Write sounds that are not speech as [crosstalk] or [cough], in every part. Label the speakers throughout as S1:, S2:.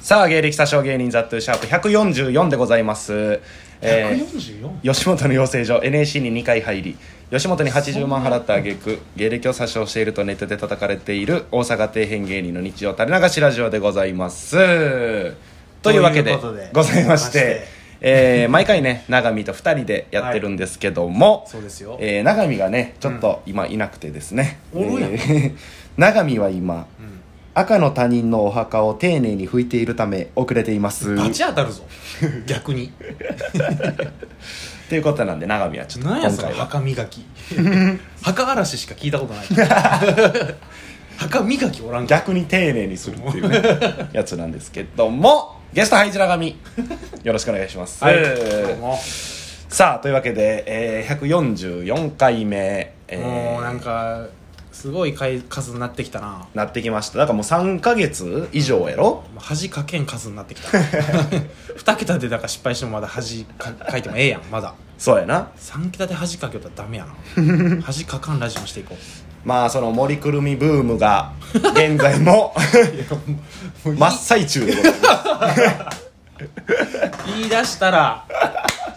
S1: さあ芸歴詐称芸人ザットゥーシャープ144でございます、えー
S2: 144?
S1: 吉本の養成所 NAC に2回入り吉本に80万払った挙句芸歴を詐称しているとネットで叩かれている大阪底辺芸人の日常垂れ流しラジオでございますというわけで
S2: ということで
S1: ございまして
S2: まして
S1: えー毎回ね永見と2人でやってるんですけども、
S2: そうですよ
S1: えー永見がねちょっと今いなくてですね、
S2: おるやん
S1: えー [laughs] 永見は今
S2: うん
S1: 赤の他人のお墓を丁寧に拭いているため遅れています
S2: バチ当たるぞ逆に
S1: ということなんで永見はちょっと
S2: 何や
S1: 今
S2: それ
S1: 回は
S2: 墓
S1: [laughs]
S2: 磨き墓嵐しか聞いたことない
S1: [laughs]
S2: 墓磨きおらんか
S1: 逆に丁寧にするっていうねやつなんですけども [laughs] ゲストハイジ永見よろしくお願いします、
S2: どうも
S1: さあというわけで、えー144回目、えー
S2: もうなんかすごい回数になってきたな
S1: なってきましただからもう3か月以上やろ
S2: もう恥かけん数になってき
S1: [laughs]
S2: た二桁でだから失敗してもまだ恥かかいてもええやんまだ
S1: そうやな
S2: 三桁で恥かけよったらダメや
S1: [laughs]
S2: な恥かかんラジオしていこう
S1: まあその森くるみブーム
S2: [laughs]
S1: が現在も真っ最中でございます
S2: 言い出したら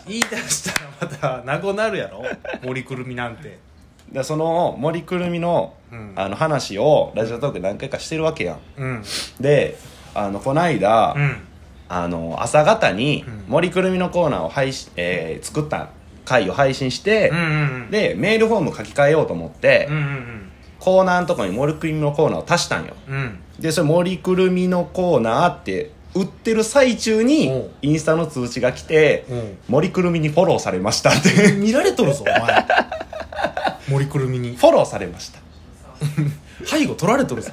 S2: 言い出したらまたなごなるやろ森くるみなんて
S1: でその森くるみの,、
S2: うん
S1: あの話をラジオトークで何回かしてるわけやん
S2: うん
S1: であのこの間、
S2: うん
S1: あの朝方に
S2: うん
S1: 森くるみのコーナーを配信、えー作った回を配信して
S2: うんう、ん
S1: でメールフォーム書き換えようと思って、
S2: うんうん
S1: コーナーのとこに森くるみのコーナーを足したんよ
S2: うんうん
S1: でそれ森くるみのコーナーって売ってる最中
S2: お
S1: に
S2: う
S1: インスタの通知が来て
S2: おう
S1: 森くるみにフォローされましたって [laughs]
S2: 見られとるぞお前森くるみに
S1: フォローされました
S2: 背後取られとるぞ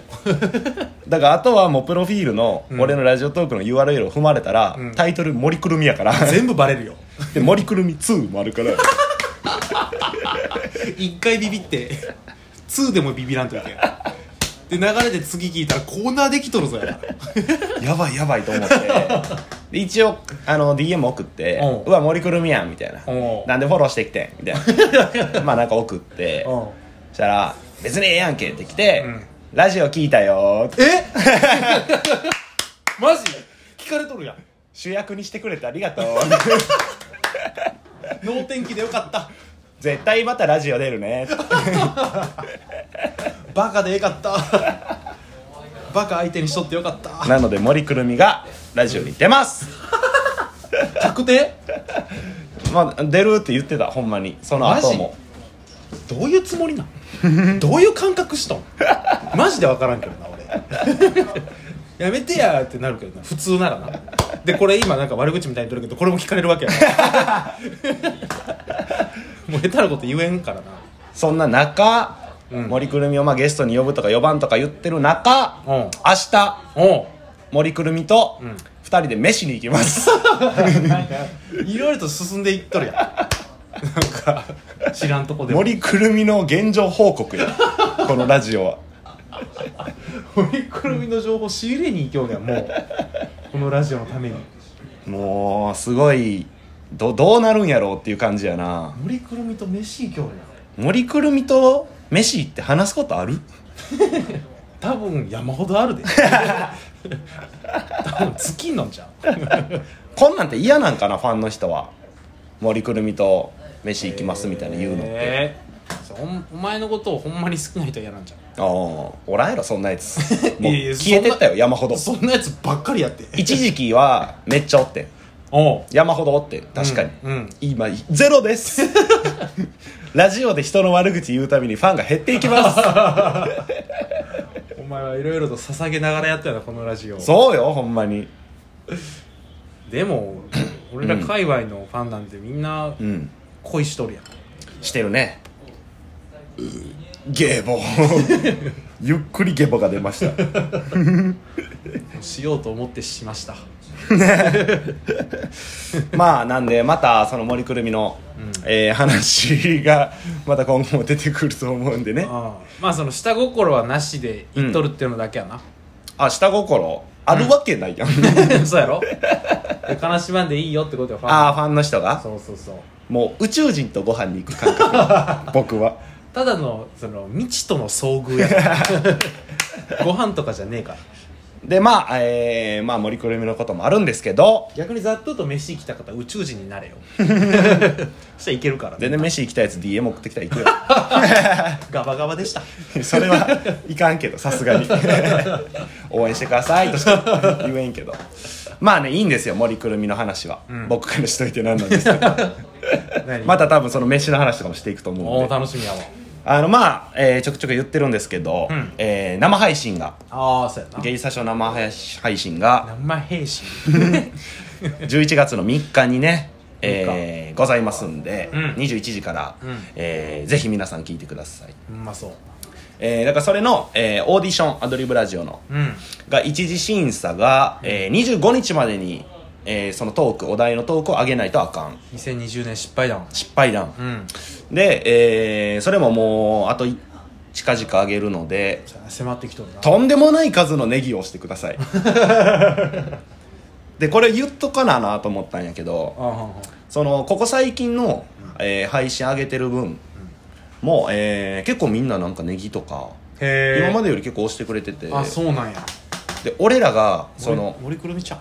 S1: だからあとはもうプロフィールの
S2: うん
S1: 俺のラジオトークの URL を踏まれたら、
S2: うん
S1: タイトル「森くるみ」やから
S2: 全部バレるよ
S1: [laughs] で「森くるみ2」もあるから
S2: [laughs] 一回ビビって2でもビビらんといてで流れで次聞いたらコーナーできとるぞや
S1: やばいやばいと思ってで一応あの DM 送って
S2: うん
S1: 「うわ森くるみやん」みたいな
S2: う
S1: 「
S2: ん
S1: なんでフォローしてきてん」みた
S2: [laughs]
S1: いなまあなんか送って
S2: うん
S1: そしたら「別にええやんけ」って来て
S2: うん
S1: 「ラジオ聞いたよ」って
S2: えマジ聞かれとるやん
S1: 主役にしてくれてありがとう [laughs]
S2: 能天気でよかった
S1: 絶対またラジオ出るね
S2: バカでよかったバカ相手にしとってよかった
S1: なので森くるみがラジオに出ます
S2: 確定
S1: まあ出るって言ってたほんまにその後も
S2: どういうつもりなんどういう感覚しとんマジで分からんけどな俺 [laughs] やめてやーってなるけどな普通ならなでこれ今なんか悪口みたいに言ってるけどこれも聞かれるわけや [laughs] なもう下手なこと言えんからな
S1: そんな中、
S2: うん
S1: 森くるみをまあゲストに呼ぶとか呼ばんとか言ってる中、
S2: うん
S1: 明日
S2: おう
S1: 森くるみと
S2: うん
S1: 2人で飯に行き
S2: [laughs]
S1: ます、
S2: いろいろと進んでいっとるやんなんか知らんとこでも
S1: 森くるみの現状報告やこのラジオは
S2: 森くるみの情報仕入れに行きようねもうこのラジオのために
S1: もうすごいどどうなるんやろうっていう感じやな
S2: 森くるみと飯行きようね
S1: 森くるみと飯行って話すことある
S2: 多分山ほどあるで [laughs] 多分尽きんのんちゃう
S1: こんなんて嫌なんかなファンの人は森くるみと飯行きますみたいな言うのって、
S2: えーそうおお前のことをほんまに好きな人は嫌なんちゃ
S1: ああおらんやろそんなや
S2: [laughs]
S1: つもう
S2: いやいや
S1: 消えてったよ山ほど
S2: うそんなやつばっかりやって
S1: 一時期はめっちゃおってん
S2: おう
S1: 山ほどおってん確かに、
S2: うんうん
S1: 今ゼロです [laughs] ラジオで人の悪口言うたびにファンが減っていき
S2: [laughs]
S1: ま
S2: お前はいろいろと捧げながらやったよなこのラジオ
S1: すそうよほんまに [clears throat]
S2: でも俺ら界隈のファンなんてみんな
S1: うん
S2: 恋しとるやん
S1: してるねゲ
S2: [laughs]
S1: ボゆっくりゲボが出ました
S2: しようと思ってしました
S1: まあなんでまたその森くるみの、えー話がまた今後も出てくると思うんでね
S2: ああまあその下心はなしで言っとるっていうのだけや
S1: [laughs]
S2: な、
S1: あ下心あるわけないやん、
S2: そうやろで悲しまんでいいよってことよファン
S1: ああファンの人が
S2: そうそうそう
S1: もう宇宙人とご飯に行く感覚 [laughs] 僕は
S2: た [laughs] だのその未知との遭遇やからご飯とかじゃねえから
S1: でまあ、えーまあ、森くるみのこともあるんですけど
S2: 逆にざっとと飯来た方宇宙人にな [laughs] れよそしたらいけるからね
S1: 全然飯行きたいやつ DM 送ってきたら行く
S2: ガバガバでした
S1: よ [laughs] それはいかんけどさすがに [laughs] 応援してくださいとしか言えんけどまあねいいんですよ森くるみの話は、僕からしといてなんなんですけどまた多分その飯の話とかもしていくと思
S2: お
S1: うん
S2: お
S1: で
S2: 楽しみやわ
S1: あのまあ、えーちょくちょく言ってるんですけど、
S2: ん
S1: えー生配信が
S2: ああそうやな
S1: ゲイサショ生配信が
S2: 生兵 [laughs] 士
S1: 11月の3日にね、えーございますんで、
S2: ん
S1: 21時から、
S2: ん
S1: えーぜひ皆さん聞いてください、
S2: うまそう
S1: えーだからそれの、えーオーディションアドリブラジオの
S2: うん
S1: が一次審査が、えー25日までに、えーそのトークお題のトークを上げないとあかん
S2: 2020年失敗談
S1: 失敗談
S2: うん
S1: で、えーそれももうあとい近々上げるので
S2: 迫ってきとるな
S1: とんでもない数のネギを押してくださいでこれ言っとかななと思ったんやけど
S2: あはんはん
S1: そのここ最近の、えー配信上げてる分、もう、えー結構みんななんかネギとか
S2: へえ
S1: 今までより結構押してくれてて
S2: あそうなんや
S1: で俺らがその
S2: 森森くるみちゃん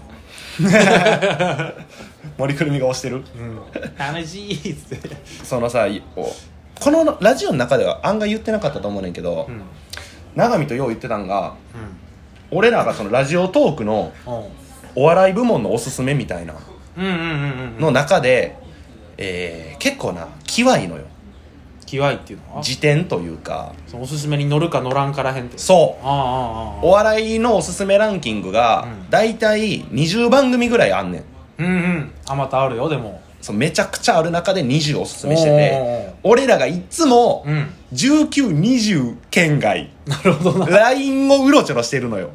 S1: 森くるみが押してる
S2: うん楽しいっつって
S1: そのさいおこのラジオの中では案外言ってなかったと思うねんけど、
S2: うん
S1: 永見とよう言ってたんが俺らがそのラジオトークの
S2: うん
S1: お笑い部門のおすすめみたいな
S2: うんうんうんうん
S1: の中で、えー結構なキワイのよ
S2: キワイっていうのは
S1: 辞典というか
S2: そのおすすめに乗るか乗らんからへんって
S1: そう
S2: ああああああ
S1: お笑いのおすすめランキングが
S2: うん
S1: 大体20番組ぐらいあんねん
S2: うんうんあまたあるよでも
S1: そうめちゃくちゃある中で20おすすめして
S2: おー
S1: て俺らがいつも
S2: うん
S1: 1920県
S2: [laughs]
S1: 外
S2: なるほどな
S1: LINE をうろちょろしてるのよ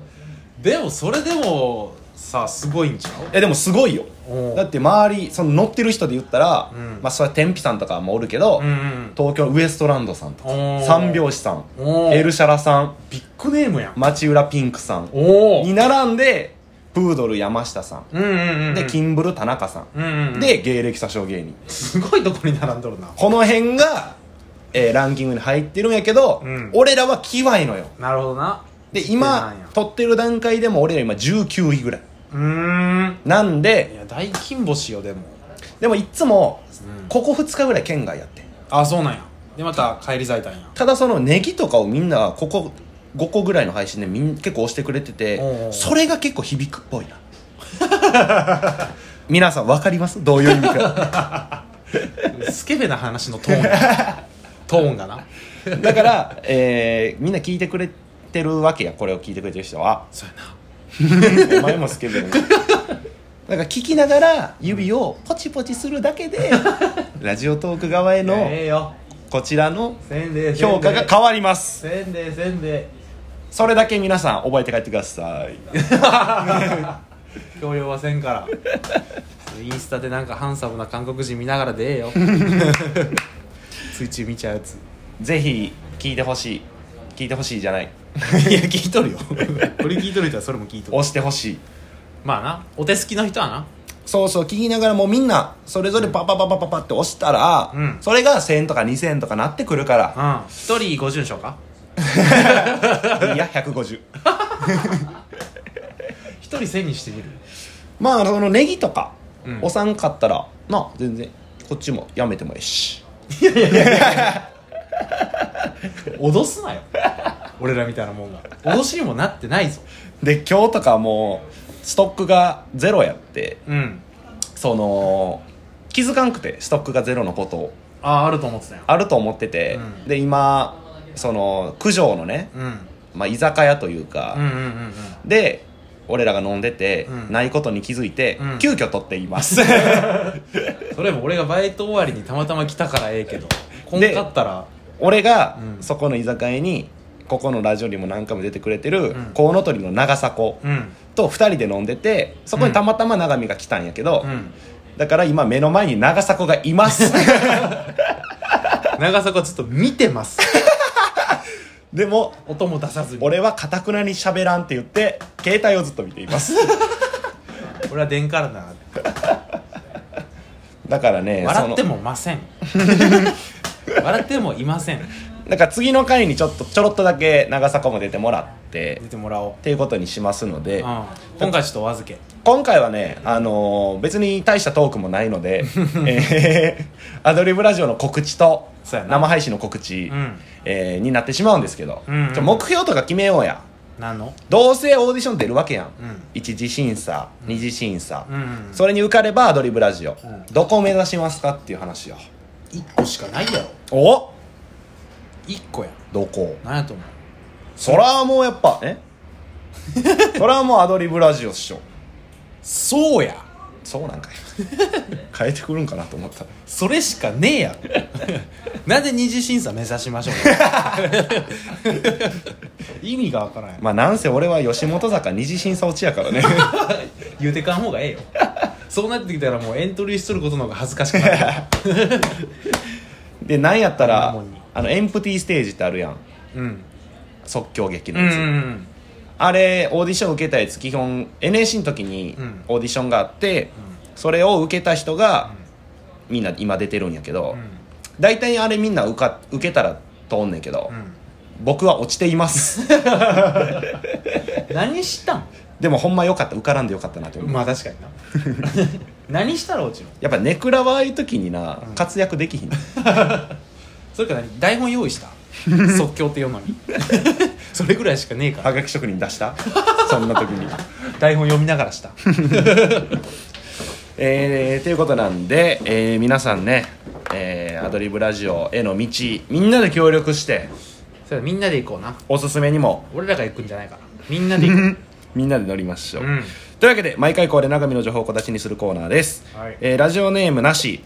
S2: でもそれでもさあすごいんちゃう
S1: えでもすごいよ
S2: おー
S1: だって周りその乗ってる人で言ったら、
S2: うん
S1: まあそれは天日さんとかもおるけど、
S2: うんうん
S1: 東京ウエストランドさんとか
S2: おー
S1: 三拍子さん
S2: おー
S1: エルシャラさん
S2: ビッグネームやん
S1: 町浦ピンクさん
S2: おお
S1: に並んでプードル山下さん、
S2: うんうんうん
S1: でキンブル田中さん、
S2: うんうんうん
S1: で芸歴詐称芸人
S2: すごいとこに並んどるな
S1: この辺が、えーランキングに入ってるんやけど、
S2: うん
S1: 俺らはキワイのよ
S2: なるほどな
S1: で今撮ってる段階でも俺ら今19位ぐらいう
S2: ーん
S1: なん
S2: い
S1: で
S2: や大金星よでも
S1: でもいっつも
S2: うん
S1: ここ2日ぐらい県外やって
S2: あそうなんやでまた帰り咲いたんや
S1: ただそのネギとかをみんなここ5個ぐらいの配信でみん結構押してくれてて
S2: おうおう
S1: それが結構響くっぽいな [laughs] 皆さん分かりますどういう意味か
S2: スケベな話のトーン [laughs] やトーンがな
S1: [laughs] だから、えーみんな聞いてくれてるわけやこれを聞いてくれてる人は
S2: そうやな
S1: お前もスケベな [laughs] なんか聞きながら指をポチポチするだけ
S2: [laughs]
S1: でラジオトーク側への
S2: ええよ
S1: こちらの
S2: せんべい
S1: 評価が変わります
S2: せんべいせんべい
S1: それだけ皆さん覚えて帰ってください
S2: 強要はせんからインスタでなんかハンサムな韓国人見ながらでえ [laughs] えよついつい見ちゃうやつ
S1: ぜひ聞いてほしい聞いてほしいじゃない
S2: いや聞いとるよ [laughs] これ聞いとる人はそれも聞いとる
S1: 押してほしい
S2: まあなお手すきの人はな
S1: そうそう聞きながらもうみんなそれぞれパパパパパパって押したら、
S2: うん
S1: それが1000とか2000とかなってくるから
S2: うん一人50章か
S1: いや150
S2: 一人1000にしてみる
S1: まあそのネギとか
S2: うん
S1: 押さんかったら、まあ全然こっちもやめてもいいし
S2: 脅すなよ俺らみたいなもんが脅しにもなってないぞ
S1: で今日とかもうストックがゼロやって
S2: うん
S1: その気づかんくてストックがゼロのことを
S2: あああると思ってたよ
S1: あると思ってて、
S2: うん
S1: で今その九条のね、
S2: うん
S1: まあ、居酒屋という
S2: うん
S1: か、
S2: うんうん
S1: で俺らが飲んでて、
S2: うん
S1: ないことに気づいて、
S2: うん
S1: 急遽取っています
S2: [laughs] うんそれも俺がバイト終わりにたまたま来たからええけどこん
S1: で
S2: かったら
S1: 俺が
S2: うん
S1: そこの居酒屋にここのラジオにも何回も出てくれてる、
S2: ん
S1: コウノトリの長迫
S2: うん
S1: と2人で飲んでてそこにたまたま永見が来たんやけど、
S2: うん
S1: だから今目の前に長迫がいます
S2: [laughs] 長坂ずっと見てます
S1: でも
S2: 音も出さずに俺
S1: 俺はかたくなに喋らんって言って携帯をずっと見ています
S2: は電からな
S1: だからね
S2: 笑って
S1: その
S2: [laughs] もません笑ってもいません
S1: なんか次の回にちょっとちょろっとだけ長坂も出てもらって
S2: 出てもらおう、
S1: っていうことにしますので、
S2: 今回ちょっとお預け
S1: 今回はね、あのー別に大したトークもないの
S2: [laughs]
S1: で、えーアドリブラジオの告知と
S2: そうやな
S1: 生配信の告知、
S2: うん
S1: えーになってしまうんですけど、
S2: うんうん
S1: ちょ目標とか決めようや
S2: 何の
S1: どうせオーディション出るわけやん、
S2: うん
S1: 一次審査二次審査、
S2: うん
S1: それに受かればアドリブラジオ、
S2: うん
S1: どこを目指しますかっていう話よ
S2: 1個しかないやろ
S1: お
S2: 1個や
S1: どこ
S2: 何やと思う
S1: そらもうやっぱ
S2: [laughs]
S1: えそらもうアドリブラジオっしょ
S2: そうや
S1: そうなんかい変えてくるんかなと思った
S2: それしかね
S1: [laughs]
S2: えやろなんで二次審査目指しましょう
S1: [laughs]
S2: の意味がわからんやん
S1: まあなんせ俺は吉本坂二次審査落ちやから
S2: [laughs]
S1: ね
S2: 言うてかん方がえ
S1: [laughs]
S2: えよそうなってきたらもうエントリーしとることの方が恥ずかしくな
S1: [laughs]
S2: る
S1: でなんやったら
S2: ほんまに
S1: あのエンプティステージってあるやん
S2: うん
S1: 即興劇の
S2: うん
S1: や
S2: う
S1: つ、
S2: ん
S1: あれオーディション受けたやつ基本 NAC の時に
S2: うん
S1: オーディションがあって、それを受けた人が、みんな今出てるんやけど、
S2: うん
S1: 大体あれみんな受か受けたら通んねんけど、僕は落ちています [laughs]
S2: 何したん
S1: でもほんまよかった受からんでよかったなと思う、
S2: まあ確かにな [laughs] 何したら落ちるの
S1: やっぱネクラはああいう時にな、活躍でき [laughs] ひんねん
S2: それか何台本用意した即興って読むのに [laughs] それぐらいしかねえから
S1: はがき職人出したそんな時に
S2: 台本読みながらした
S1: えー、ということなんで、えー皆さんね、えーアドリブラジオへの道みんなで協力して
S2: それみんなで行こうな
S1: おすすめにも
S2: 俺らが行くんじゃないからみんなで行く
S1: みんなで乗りましょう、
S2: うん
S1: というわけで毎回恒例長見の情報を小出しにするコーナーです、
S2: はい
S1: えーラジオネームなし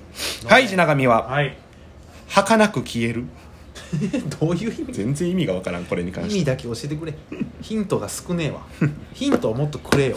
S1: ハイジ長見は
S2: はい [laughs]
S1: 儚く消える
S2: どういう意味
S1: 全然意味がわからんこれに関
S2: 意
S1: して
S2: 味だけ教えてくれヒントが少ねえわヒントをもっとくれよ